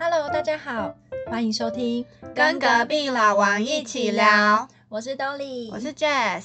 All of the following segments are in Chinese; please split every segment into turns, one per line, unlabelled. Hello，大家好，欢迎收听，
跟隔壁老王一起聊。
我是 Dolly，
我是 Jess，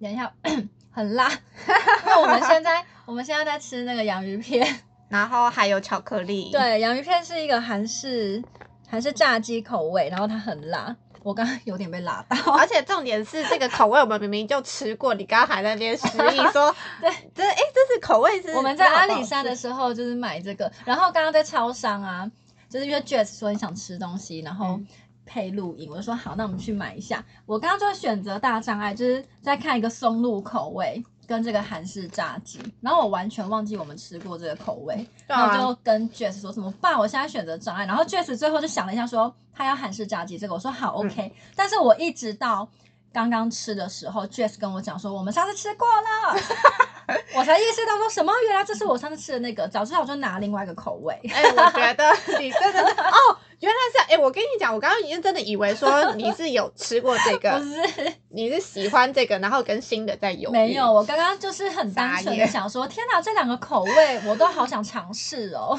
等一下 很辣， 因为我们现在 我们现在在吃那个洋芋 片，
然后还有巧克力。，
对，洋芋片是一个韩式韩式炸鸡口味，然后它很辣，我刚刚有点被辣到，
而且重点是这个口味我们明明就吃过，你刚刚还在那边示意说，
对，
这哎、这是口味是
我们在阿里
老
山的时候就是买这个，然后刚刚在超商啊，就是因为 Jess 说你想吃东西，然后
嗯
配录影，我就说好，那我们去买一下。我刚刚就选择大障碍，就是在看一个松露口味跟这个韩式炸鸡，然后我完全忘记我们吃过这个口味，
对
然后
啊
就跟 Jess 说怎么办？我现在选择障碍，然后 Jess 最后就想了一下说他要韩式炸鸡这个，我说
嗯
好 OK，、但是我一直到。刚刚吃的时候，Jess 跟我讲说我们上次吃过了， 我才意识到说什么，原来这是我上次吃的那个。早知道我就拿另外一个口味。
哎、我觉得你真的是哦，原来是哎、我跟你讲，我刚刚已经真的以为说你是有吃过这
不
个，
是，
你是喜欢这个，然后跟新的在犹豫。
没有，，我刚刚就是很单
傻
纯的
眼
想说，天哪，这两个口味我都好想尝试哦。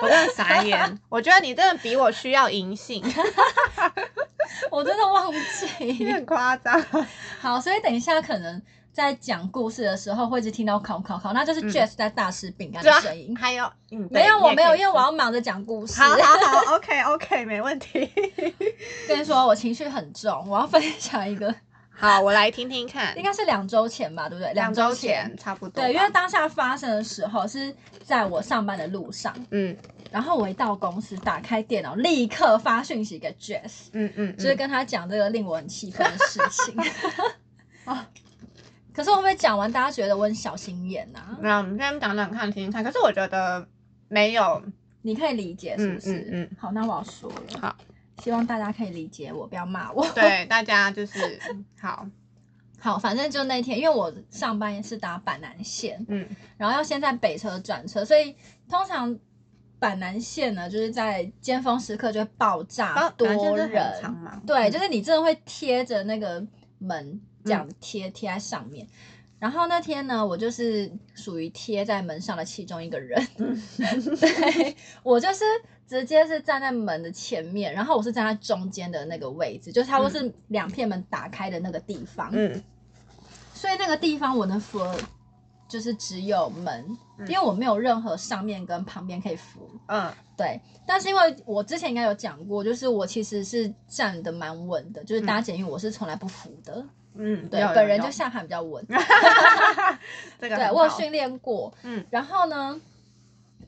我真的傻眼。我觉得你真的比我需要 银杏，
我真的忘
你
记。
很夸张。
好，所以等一下可能在讲故事的时候会一直听到烤烤烤，那就是
嗯
Jess 在大吃饼干
对
的
啊
声音。
还有，嗯，对
没有，
你也
我没有，
可以
因为
吃
我要忙着讲故事。
好好好，OK OK，没问题。
跟你说，我情绪很重，我要分享一个，
好，我来听听看
应。该是两周前吧，对不对？
两
周
周前差不多吧。
对，因为当下发生的时候是在我上班的路上，
嗯
然后我一到公司，打开电脑，立刻发讯息给 Jess，、
嗯嗯，
就是
个
跟他讲这个令我很气愤的事情。
哦
可是我会不会讲完，大家觉得我很小心眼呐、啊？
没有，我们先讲讲看，听听看。可是我觉得没有，
你可以理解是不是？
嗯嗯嗯
好，那我要说了。
好，
希望大家可以理解我，不要骂我。
对大家就是好，
好，反正就那天，因为我上班也是搭板南线，
嗯
然后要先在北车转车，所以通常板南线呢，就是在尖峰时刻就会爆炸
好，
多
反正就是很
人
长，嘛，
对，
嗯
就是你真的会贴着那个门这样贴贴在上面。然后那天呢，我就是属于贴在门上的其中一个人，
嗯
对我就是直接是站在门的前面，然后我是站在中间的那个位置，就是差不多是两片门打开的那个地方。
嗯
所以那个地方我能扶的就是只有门，
嗯
因为我没有任何上面跟旁边可以扶。
嗯
对，但是因为我之前应该有讲过，就是我其实是站的蛮稳的，就是搭捷运我是从来不扶的，
嗯，
对
有，
本人就，
有
下盘比较稳，
有这个
对
很
我有
好
训练过。
嗯
然后呢，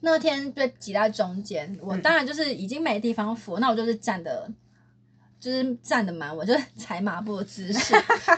那天被挤在中间，我
嗯
当然就是已经没地方扶，那我就是站的，就是站的蛮稳，就是踩马步的姿 势。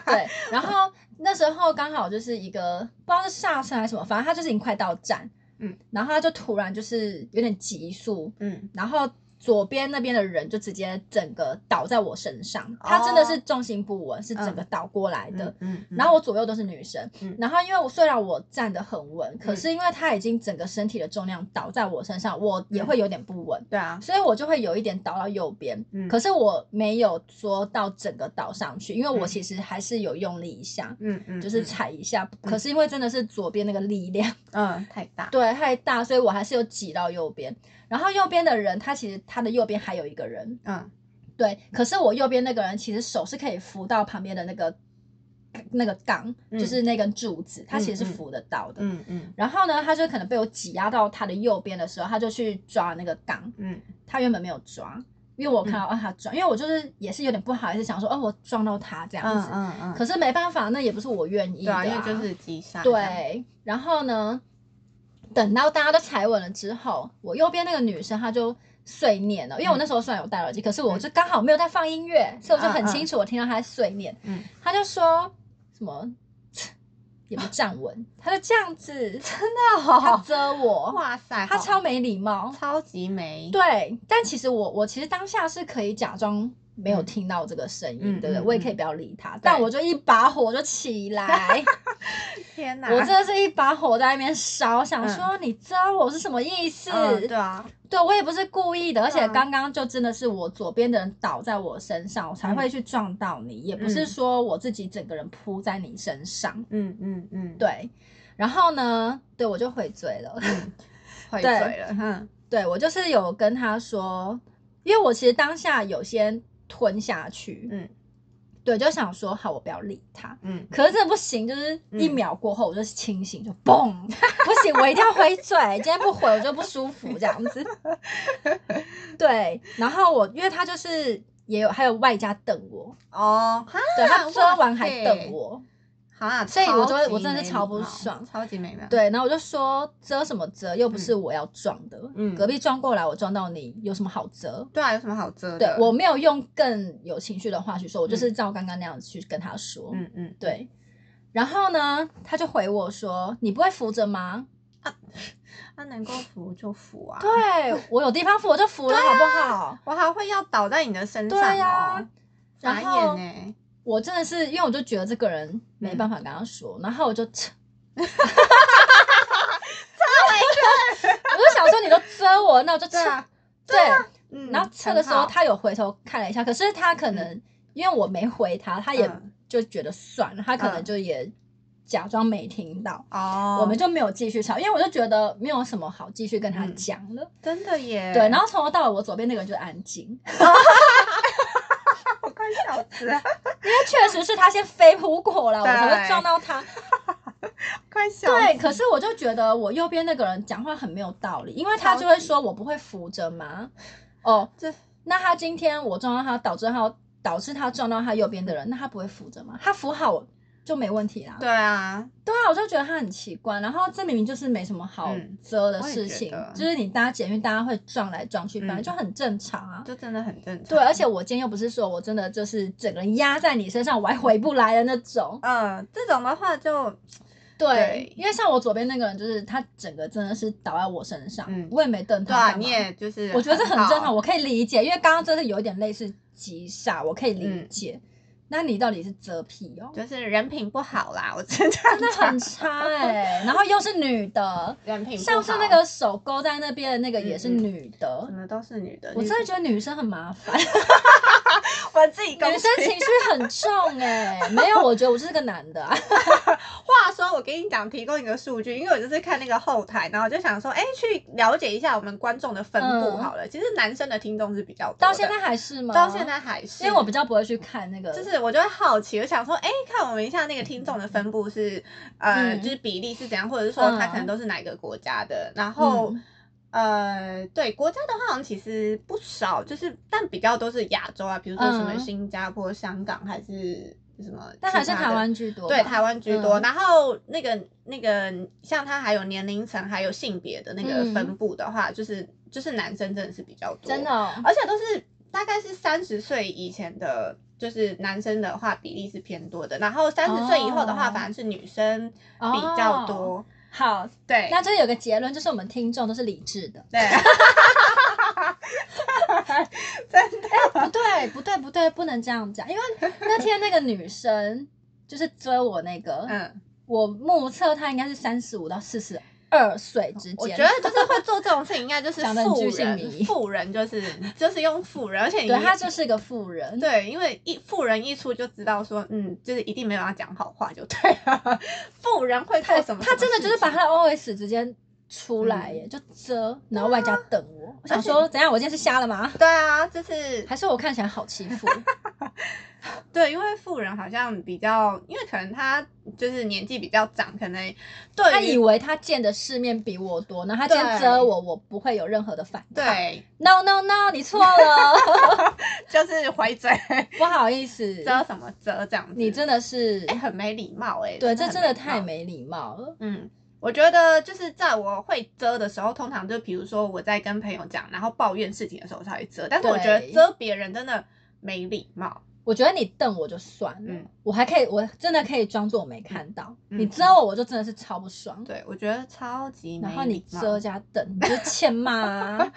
对，然后那时候刚好就是一个不知道是下车还是什么，反正他就是已经快到站，
嗯，
然后他就突然就是有点急速，
嗯
然后。左边那边的人就直接整个倒在我身上，他真的是重心不稳，是整个倒过来的。
哦嗯嗯，嗯
然后我左右都是女生，
嗯
然后因为我虽然我站得很稳，可是因为她已经整个身体的重量倒在我身上，我
嗯
也会有点不稳，
对啊，
所以我就会有一点倒到右边。
嗯
可是我没有说到整个倒上去，因为我
嗯
其实还是有用力一下，
嗯嗯，
就是
嗯
踩一下。可是因为真的是左边那个力量
嗯太大，
对太大，所以我还是有挤到右边。然后右边的人，他其实他的右边还有一个人，
嗯
对，可是我右边那个人其实手是可以扶到旁边的那个那个杠，
嗯
就是那根柱子，他其实是
嗯嗯
扶得到的。
嗯嗯
然后呢，他就可能被我挤压到他的右边的时候，他就去抓那个杠，
嗯
他原本没有抓，因为我看到、啊他抓，因为我就是也是有点不好意思，想说哦我撞到他这样
嗯
子，
嗯嗯，
可是没办法，那也不是我愿意
对
的、
啊，因为就是急刹，
对，然后呢，等到大家都踩稳了之后，我右边那个女生她就碎念了，因为
嗯
我那时候虽然有戴耳机，可是我就刚好没有在放音乐，所以我就很清楚我听到她在碎念，
嗯
她就说什么。也不站稳，她就这样子，
真的
她遮我，
哦哇塞，
她
好
超没礼貌。
超级美，
对，但其实我我其实当下是可以假装没有听到这个声音，
嗯
对不对？
嗯
我也可以不要理她，但我就一把火就起来，
天哪，
我真的是一把火在那边烧，想说你知道我是什么意思？
嗯对啊，
对我也不是故意的，而且
嗯
刚刚就真的是我左边的人倒在我身上，我
嗯
才会去撞到你，也不是说我自己整个人扑在你身上。
嗯嗯嗯，
对，然后呢，对我就回嘴了，
嗯，回
对
嘴了，嗯
对我就是有跟他说。因为我其实当下有先吞下去，
嗯
对，就想说好，我不要理他。
嗯，
可是真的不行，就是一
嗯
秒过后我就清醒，就嘣，不行，我一定要回嘴，今天不回我就不舒服这样子。对，然后我因为他就是也有还有外加瞪我，
哦，哈，
对他
哇
抓完还
塞
瞪我，
啊，
所以我就会
超级
我真的是
没
超
礼
不
貌
爽
超级没的，，
对，然后我就说遮什么遮，又不是我要撞的，
嗯
隔壁撞过来我撞到你，有什么好遮？
对啊，有什么好遮的？
对我，没有用更有情绪的话去说，我就是照刚刚那样子去跟他说，
嗯嗯，
对。然后呢，他就回我说：“你不会扶着吗？”
他能够扶就扶啊，
对我有地方扶我就扶了，好不 好？
我还会要倒在你的身上
对啊
哦，
然
傻
后
眼欸呢，
我真的是因为我就觉得这个人没办法跟他说，
嗯
然后我就， 切我就想说你都遮我，那我就切
对啊，
对，
嗯
然后测的时候，
很好
他有回头看了一下，可是他可能、因为我没回他，他也
嗯
就觉得算了，他可能
嗯
就也假装没听到，
哦，
我们就没有继续吵，因为我就觉得没有什么好继续跟
嗯
他讲了。
真的耶，
对，然后从头到尾，我左边那个人就安静，
我快笑死了，
因为确实是他先飞扑过来，我
对
才会撞到他。
快笑死，
对，可是我就觉得我右边那个人讲话很没有道理，因为他就会说我不会扶着吗？哦，
这
那他今天我撞到他，导致他导致他撞到他右边的人，那他不会扶着吗？他扶好就没问题啦。
对啊，
对啊，我就觉得他很奇怪。然后这明明就是没什么好
嗯
遮的
我也
事
觉
情，
得
就是你搭捷运大家会撞来撞去，本来
嗯
就很正常啊。
就真的很正常，
对，而且我今天又不是说我真的就是整个人压在你身上，我还回不来的那种。
嗯，这种的话就
对，
对
因为像我左边那个人，就是他整个真的是倒在我身上，
嗯
我也没瞪
对
他
啊，
干嘛。
你也就是好，
我觉得这很正常，我可以理解，因为刚刚真的有一点类似急刹，我可以
嗯
理解。那你到底是遮屁哦？
就是人品不好啦，我真的
真的很差哎、然后又是女的，
人品不
上
好，
次那个手勾在那边的那个也是
嗯嗯
女的
怎，么都是女的，
我
女
真的觉得女生很麻烦，
我自己
女
公司
生。情绪很重哎、 没有，我觉得我就是个男的、啊，
话说，我跟你讲，提供一个数据，因为我就是看那个后台，然后我就想说，哎，去了解一下我们观众的分布
嗯
好了。其实男生的听众是比较多的，
到现在还是吗？
到现，在还是，
因为我比较不会去看那个，
就是我就会好奇，我想说，哎，看我们一下那个听众的分布是，呃，
嗯
就是比例是怎样，或者是说他可能都是哪一个国家的，然后。
嗯
呃，对国家的话，好像其实不少，就是但比较都是亚洲啊，比如说什么
嗯
新加坡、香港还是什么其他的，
但还是台湾居多吧，
对台湾居多。
嗯
然后那个那个，像它还有年龄层，还有性别的那个分布的话，就是就是男生真的是比较多，
嗯真的，哦、
而且都是大概是三十岁以前的，就是男生的话比例是偏多的，然后三十岁以后的话，
哦
反而是女生比较多。
好，
对，
那这有个结论，就是我们听众都是理智 的。
对，
不对，不对，不对，不能这样讲，因为那天那个女生就是追我那个，
嗯，
我目测她应该是三十五到四十二岁之间。
我觉得就是会做这种事情，应该就是
讲得很
富
居心迷
人，富人就是就是用富人，而且你
对她就是个富人。
对，因为一富人一出就知道说，嗯，就是一定没有要讲好话就对了。 富人会
她
做什么？嗯
她真的就是把她的 OS 直接出来耶，就遮，然后外加等我。我想说，怎样？我今天是瞎了吗？
对啊，就是
还是我看起来好欺负？
对，因为富人好像比较，因为可能他就是年纪比较长，可能 对
她
于
以为她见的世面比我多，然后她今天
对
遮我，我不会有任何的反抗。
对
No No No，你错 了，
就是 回嘴
不好意思，
遮什么遮这样子，
你真的是
哎、很没礼貌哎、
对，这真的太
没礼貌。
没礼貌了。
嗯，我觉得就是在我会遮的时候，通常就比如说我在跟朋友讲，然后抱怨事情的时候我才会遮，但是我觉得
对
遮别人真的没礼貌。
我觉得你瞪我就算了，
嗯
我还可以，我真的可以装作我没看到。
嗯
你遮我，我就真的是超不爽。
对，我觉得超级没
然后你
礼貌
遮加瞪，你就欠骂、 啊。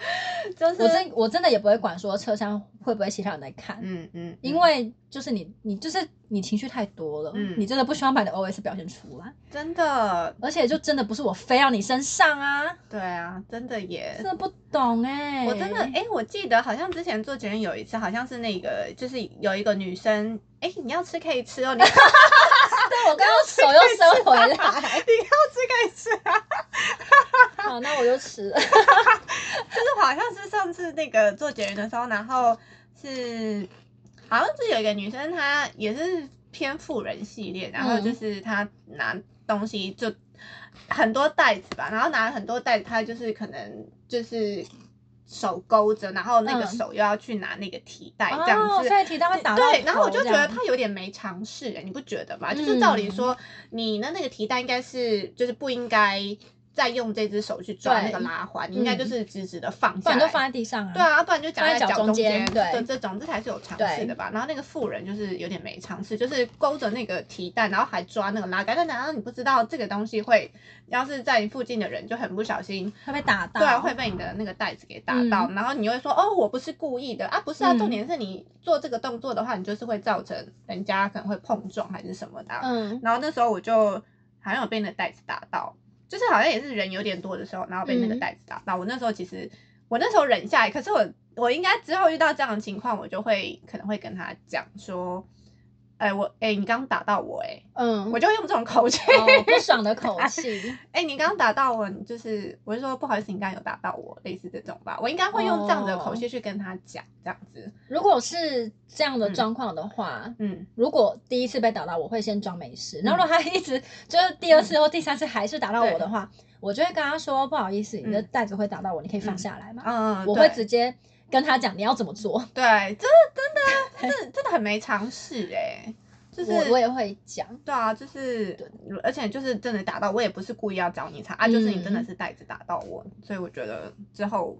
就是
我真我真的也不会管说车厢会不会其他人来看，
嗯嗯，
因为就是你你就是你情绪太多了，
嗯
你真的不需要把你的 OS 表现出来，
真的
而且就真的不是我非要你身上啊，
对啊，真的耶
真。的不懂哎、
我真的哎、我记得好像之前做节目有一次，好像是那个就是有一个女生，哎、你要吃可以哦吃哦，你你要
对我刚刚手又伸回 来。
吃可以吃啊，
好，那我就吃了。
就是我好像是上次那个做节目的时候，然后是好像是有一个女生，她也是偏富人系列，然后
嗯
就是她拿东西就很多袋子吧，然后拿了很多袋子，她就是可能就是。手勾着，然后那个
嗯
手又要去拿那个提袋，
哦
这样子，
所以提袋会打到
对，然后我就
头
觉
这
得
样
他有点没尝试，欸你不觉得吗？就是照理
嗯
说，你的那个提袋应该是就是不应该再用这只手去抓那个
对
拉环，你应该就
嗯
是直直的放
不
下
然就
来。
放在地上啊。
对，啊，不然就夹
放在
在
脚
脚
中
中
间对
对，这种这才是有尝试
对
的吧。然后那个富人就是有点没尝试，就是勾着那个提袋，然后还抓那个拉杆，但难道你不知道这个东西会，要是在你附近的人就很不小心
会被打到。
对啊，会被你的那个袋子给打到，然后你会说哦，我不是故意的啊，不是啊，
嗯
重点是你做这个动作的话，你就是会造成人家可能会碰撞还是什么的啊、
嗯
然后那时候我就好像有被那袋子打到，就是好像也是人有点多的时候，然后被那个
嗯
袋子打到。我那时候其实我那时候忍下来，可是我我应该之后遇到这样的情况，我就会可能会跟他讲说，哎、我哎、你刚打到我哎、
嗯，
我就会用这种口气。
哦不爽的 口气，
哎、你刚刚打到我，你就是我就说不好意思，你刚刚有打到我，类似这种吧，我应该会用这样子的
哦
口气去跟他讲，这样子，
如果是这样的
嗯
状况的话，
嗯，
如果第一次被打到，我会先装没事。然后如果他一直就是第
嗯
二次或第三次还是打到我的话，我就会跟他说不好意思，你的袋子会打到我，你可以放下来吗？
嗯，
我
对
会直接跟他讲你要怎么做，
对，真的真的真的真的很没常识哎，就是
我我也会讲。
对啊，就是而且就是真的打到我也不是故意要找你茬
嗯
啊，就是你真的是袋子打到我，所以我觉得之后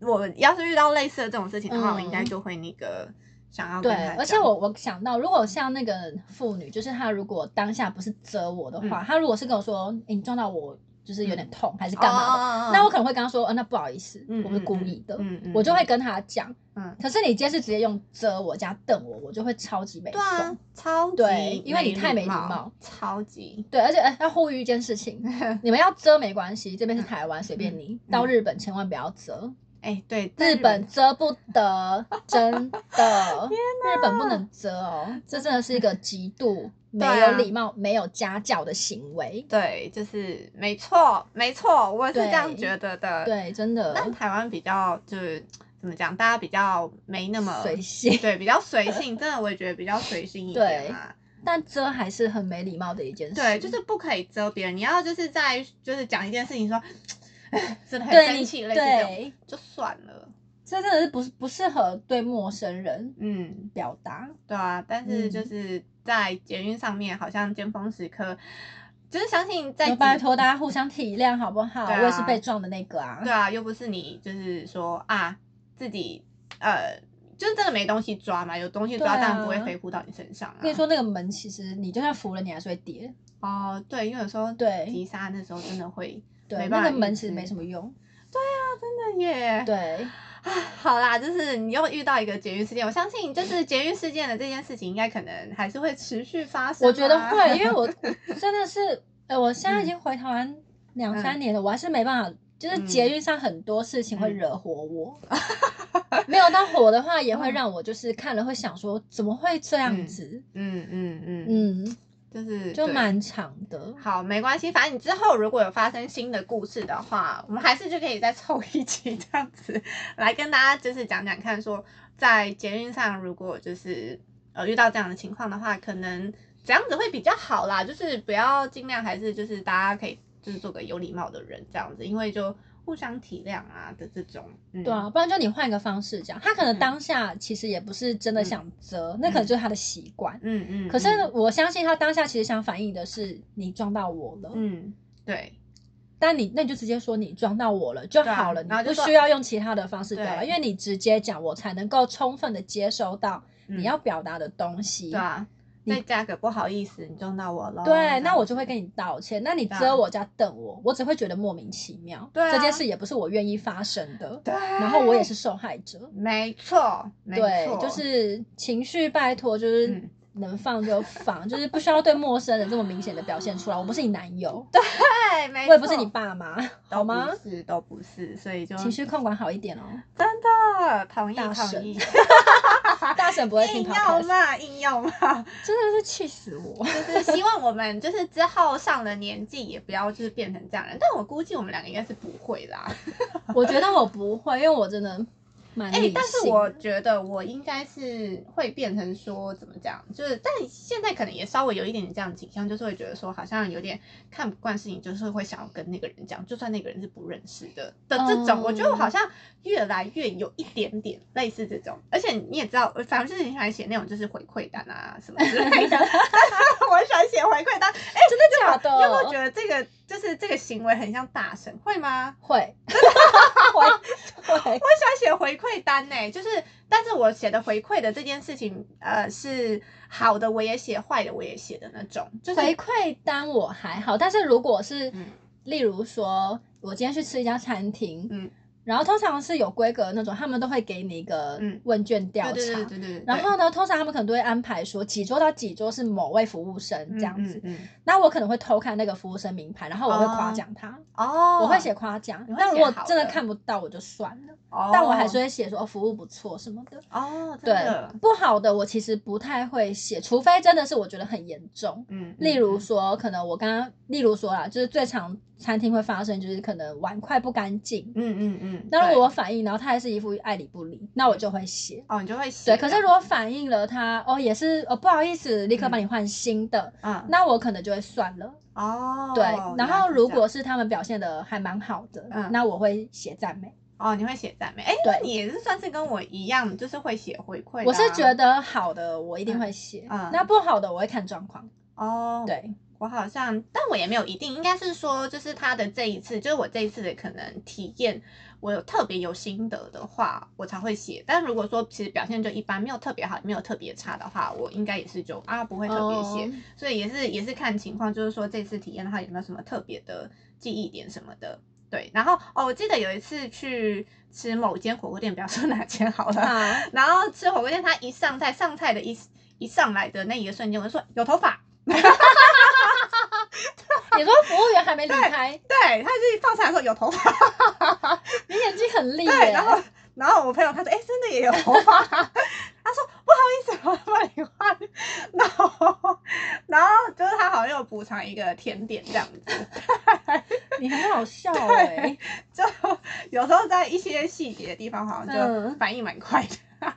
我要是遇到类似的这种事情的话，
嗯
我应该就会那个想要跟
对
他讲，，
而且我我想到，如果像那个妇女，就是她如果当下不是责我的
嗯
话，她如果是跟我说，诶你撞到我，就是有点痛，还是干嘛的，
嘛
那我可能会跟她说，呃，那不好意思，
哦嗯
我不是故意的，
嗯嗯嗯
我就会跟她讲。
嗯。
可是你今天是直接用责我加瞪我，我就会超级没
对
爽。
啊，超级
对因为你太没
没
礼
礼
貌，
超级
对，而且、呃要呼吁一件事 情，你们要遮没关系，这边是台湾，随
嗯
便你。到日本千万不要遮，
哎、对，在
日本遮不 得，真的，日本不能遮哦，这真的是一个极度没
对啊
有礼貌、没有家教的行为。
对，就是没错，没错，我是
对
这样觉得的。，
对，真
但
的
台湾比较就是怎么讲，大家比较没那么
随，性，
对，比较随性，真的我也觉得比较随性一点啊。
但遮还是很没礼貌的一件事。
对，就是不可以遮别人，你要就是在就是讲一件事情说， 真的很
对
生
你
气，类似这种
对，
就算了。
这真的是不是不适合对陌生人
嗯，
表达。
对啊，但是就
嗯
是在捷运上面，好像尖峰时刻，就是相信在
就拜
挤
托大家互相体谅好不好？
对啊
我也是被撞的那个啊
对。啊，又不是你就是说啊自己呃，就是真的没东西抓嘛，有东西
对
抓，
啊
但不会飞扑到你身上啊。
跟你说那个门，其实你就算扶了，你还是会跌。
哦，对，因为有时候
对
急刹那时候真的会，
对，
没办
那
法哎
个门其实
预知
没什么用。
真的耶。
对，
唉好啦，就是你又遇到一个捷运事件，我相信就是捷运事件的这件事情，应该可能还是会持续发生啊。
我觉得会，因为我真的是，哎，我现在已经回台湾两
嗯
三年了，我还是没办法，就是
嗯
捷运上很多事情会惹火 我。没有到火的话，也会让我就是看了会想说，怎么会这样子？
嗯嗯嗯，
嗯，
就是
就
对嗯
蛮长的。
好，没关系，反正你之后如果有发生新的故事的话，我们还是就可以再凑一集这样子来跟大家就是讲讲看，说在捷运上如果就是呃遇到这样的情况的话，可能怎样子会比较好啦，就是不要尽量还是就是大家可以就是做个有礼貌的人这样子，因为就互相体谅啊的这种，嗯、
对啊，不然就你换一个方式讲，他可能当下其实也不是真的想遮，那可能就是他的习惯。
嗯，嗯嗯，
可是我相信他当下其实想反映的是你撞到我了，
嗯对
但你那你就直接说你撞到我了就好了，
对啊然后
你
就
不
说
需要用其他的方式表达，
对
因为你直接讲，我才能够充分的接收到你
嗯
要表达的东西。
对啊，
你
再加个不好意思，你撞到我了，
对
这样
那我
子
就会跟你道歉。那你
对啊
遮我加瞪我，我只会觉得莫名其妙。
对啊
这件事也不是我愿意发生的，
对，
然
然
后我也是受害者。
没错，没
对
错，，
就是情绪，拜托，就是
嗯
能放就放，就是不需要对陌生人这么明显的表现出来。我不是你男友，
对，哎没错，
我也不是你爸妈，好
都
吗
不？是，都不是，所以就
情绪控管好一点哦。
真的同 意
大
同
神
意。
大婶不会听
硬要
podcast，
骂，硬要骂，
真的是气死我。
就是希望我们就是之后上了年纪也不要就是变成这样的人，但我估计我们两个应该是不会啦。
我觉得我不会，因为我真的蛮
哎、
理性的。
但是我觉得我应该是会变成说怎么讲，就是但现在可能也稍微有一点点这样的倾向，就是会觉得说好像有点看不惯事情，就是会想要跟那个人讲，就算那个人是不认识的的这种，我觉得我
哦
好像越来越有一点点类似这种，而且你也知道，我反正就是很喜欢写那种就是回馈单啊什么之类的， 我很喜欢写回馈单，哎、
真的假的
有没有觉得这个就是这个行为很像大神，会吗？
会，会， 会，
我喜欢写回馈单呢、就是，但是我写的回馈的这件事情，呃，是好的我也写，坏的我也写的那种，就是
回馈单我还好，但是如果是，
嗯
例如说，我今天去吃一家餐厅，
嗯，
然后通常是有规格的那种，他们都会给你一个
嗯
问卷调查，
对对对对对对，
然后呢，通常他们可能都会安排说几桌到几桌是某位服务生
嗯
这样子，
嗯嗯
那我可能会偷看那个服务生名牌，然后我会夸奖他，
哦，
我会写夸奖
你，会
但如
写
果
好
真的
的
看不到我就算了，
哦，
但我还是会写说、哦、服务不错什么的。
哦，真
对
的，
不好的我其实不太会写，除非真的是我觉得很严重。
嗯，
例如
嗯
说，可能我刚刚，例如说啦，就是最常餐厅会发生，就是可能碗筷不干净。
嗯嗯嗯，
那如
对
果我反应，然后他还是一副爱理不理，那我就会写。
哦，你就会写
对，
的，
可是如果反应了他，哦，也是哦，不好意思，立刻帮你换新的，
嗯
那我可能就会算了。
哦，
对，
原
然
来
后
是
如
这
果
样
是他们表现的还蛮好的，
嗯
那我会写赞 美。
哦，你会写赞美，哎，
对
那你也是算是跟我一样，就是会写回馈的啊，
我是觉得好的我一定会写，
嗯嗯
那不好的我会看状况。
哦，
对，
我好像，但我也没有一定，应该是说，就是他的这一次，就是我这一次的可能体验，我有特别有心得的话，我才会写。但如果说其实表现就一般，没有特别好，也没有特别差的话，我应该也是就啊不会特别写。
哦
所以也是也是看情况，就是说这次体验的话有没有什么特别的记忆点什么的。对，然后哦，我记得有一次去吃某间火锅店，不要说哪间好了，
好，
然后吃火锅店，他一上菜，上菜的一一上来的那一个瞬间，我就说有头发。
你说服务员还没离开，
对，他就是放上来说有头发，
你眼睛很利耶。
对，然后然后我朋友他说，哎、真的也有头发， 他说不好意思，我帮你换，然后然后就是他好像有补偿一个甜点这样子，
你很好笑哎、
就有时候在一些细节的地方好像就
嗯
反应蛮快的，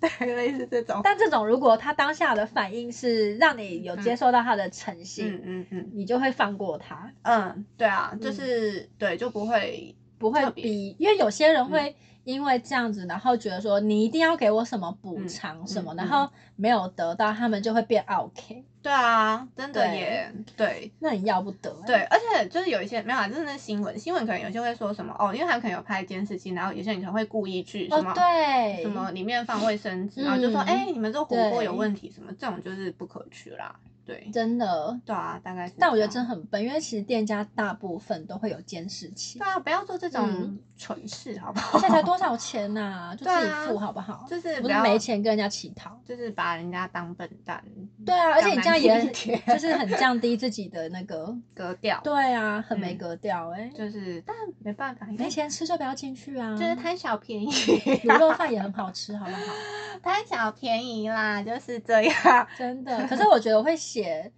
对，类似这种，
但这种如果他当下的反应是让你有接受到他的诚
嗯
信，
嗯嗯
你就会放过他，
嗯，对啊，就
嗯
是、对，就不会，
不会
特别嗯
逼。因为有些人会因为这样子，然后觉得说你一定要给我什么补偿什么，
嗯嗯
然后没有得到，他们就会变 OK，
对啊，真的
对
耶，对
那你要不得、欸。
对，，而且就是有一些没有啊，真的是新闻，新闻可能有些会说什么哦，因为他们可能有拍监视器，然后有些人可能会故意去什
哦
么、
对，
什么里面放卫生纸，然后就说
嗯
哎、你们这火锅有
对
问题，什么这种就是不可取啦。对，
真的。
对啊，大概是。
但我觉得真的。很笨，因为其实店家大部分都会有监视器
对，啊，不要做这种
嗯
蠢事，好不好？
而且才多少钱呐、就
对啊
自己付好不好？
就是
不
不
是
要
没，钱跟人家乞讨。
就是把人家当笨蛋。
对啊，而且你这样也
嗯讲难听一
就
点
是很降低自己的那个，
格调。
对啊，很没
嗯
格调哎、
就是，但没办法，
没，钱吃就不要进去啊。
就是贪小便宜，
卤肉饭也很好吃，好不 好？
贪小便宜啦，就是这样。
真的。可是我觉得我会写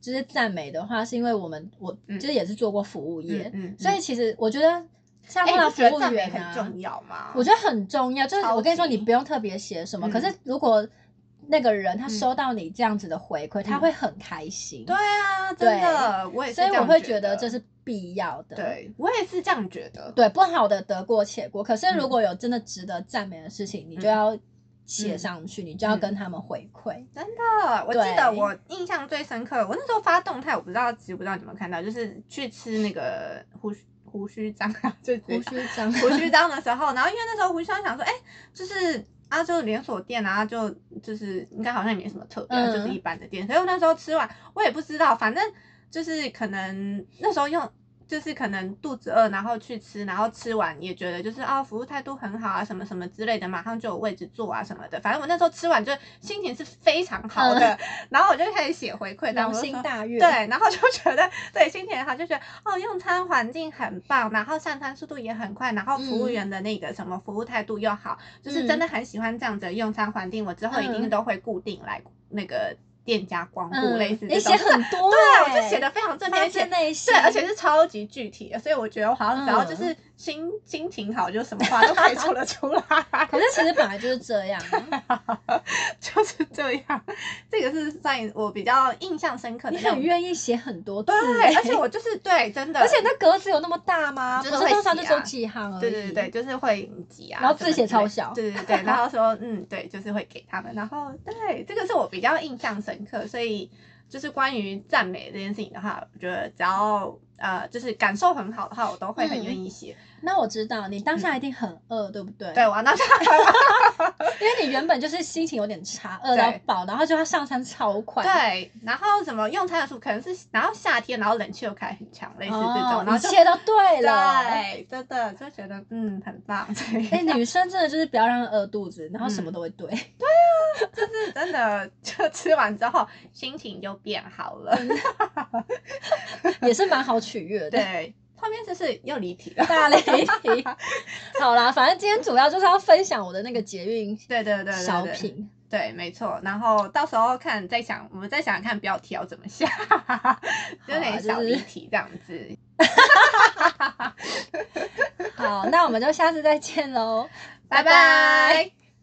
就是赞美的话，是因为我们我
嗯
就是也是做过服务业，
嗯
所以其实我觉得像
哎，
碰到
你
服
觉得
务
赞美
员
很
啊，
重要吗？
我觉得很重要。就是
超
我跟你说，
级
你不用特别写什么，
嗯
可是如果那个人他
嗯
收到你这样子的回馈，他会很开心。
对啊，真的，我也是
所
这
以
样觉得，
我会觉得这是必要的。
对，我也是这样觉得。
对，不好的得过且过。可是
嗯
如果有真的值得赞美的事情，你就要写
嗯
上去，你就要跟他们回馈。
啊，我记得
对
我印象最深刻，我那时候发动态，我不知道知不知道你们看到，就是去吃那个胡须胡须章啊，就直接
胡须章，
胡须章的时候，然后因为那时候胡须章想说，哎、就是啊，就连锁店啊，就就是应该好像也没什么特别啊、
嗯
就是一般的店，所以我那时候吃完，我也不知道，反正就是可能那时候用。就是可能肚子饿，然后去吃，然后吃完也觉得就是啊、服务态度很好啊，什么什么之类的，马上就有位置坐啊什么的。反正我那时候吃完就心情是非常好的，然后我就开始写回馈，然
良
后我就说
心嗯大悦，
对，，然后就觉得对心情很好，就觉得哦，用餐环境很棒，然后上餐速度也很快，然后服务
嗯
员的那个什么服务态度又好，就是真的很喜欢这样子的用餐环境。我之后一定
嗯
都会固定来那个店家光顾，类似
你嗯
这
写
种。
很多、欸，
对，我就写的非常正面，
发
而且
自内心，
对，而且是超级具体的，所以我觉得我好像只要
嗯
就是心、心情好，就什么话都可以说得出来。
可是其实本来就是这样啊，
就是这样，这个是算我比较印象深刻的
你
那种。
很愿意写很多字、
对，而且
欸
我就是对，真的，
而且那格子有那么大吗？
就
不
是
是
会
通常
写
就只有
啊
几行而已。
对对对，就是会很急啊，
然后字
什么
写
之类
超小
对对 对，然后说嗯对，就是会给他们，然后对，这个是我比较印象深刻，所以就是关于赞美这件事情的话，我觉得只要呃就是感受很好的话，我都会很
嗯
愿意写。
那我知道你当下一定很饿，对不对？
对，，我要拿下来了。
因为你原本就是心情有点差，饿到
对
饱，然后就要上餐超快。
对，然后什么用餐的时候可能是，然后夏天，然后冷气又开很强，类似这种，
哦，
然后
一
就
切都对了。
对，真的就觉得嗯很棒，所以
哎，女生真的就是不要让她饿肚子，然后什么
嗯
都会对。
就是 真的就吃完之后心情就变好了。
也是蛮好取悦的。
对，后面就是又离题了。
大雷霆，好啦，反正今天主要就是要分享我的那个捷运
对对对对对，
小品，
对，没错。然后到时候看再想，我们再想想看标题要怎么下， 有
好啊
点
就
小
是
离题这样子。
好，那我们就下次再见喽，
拜拜。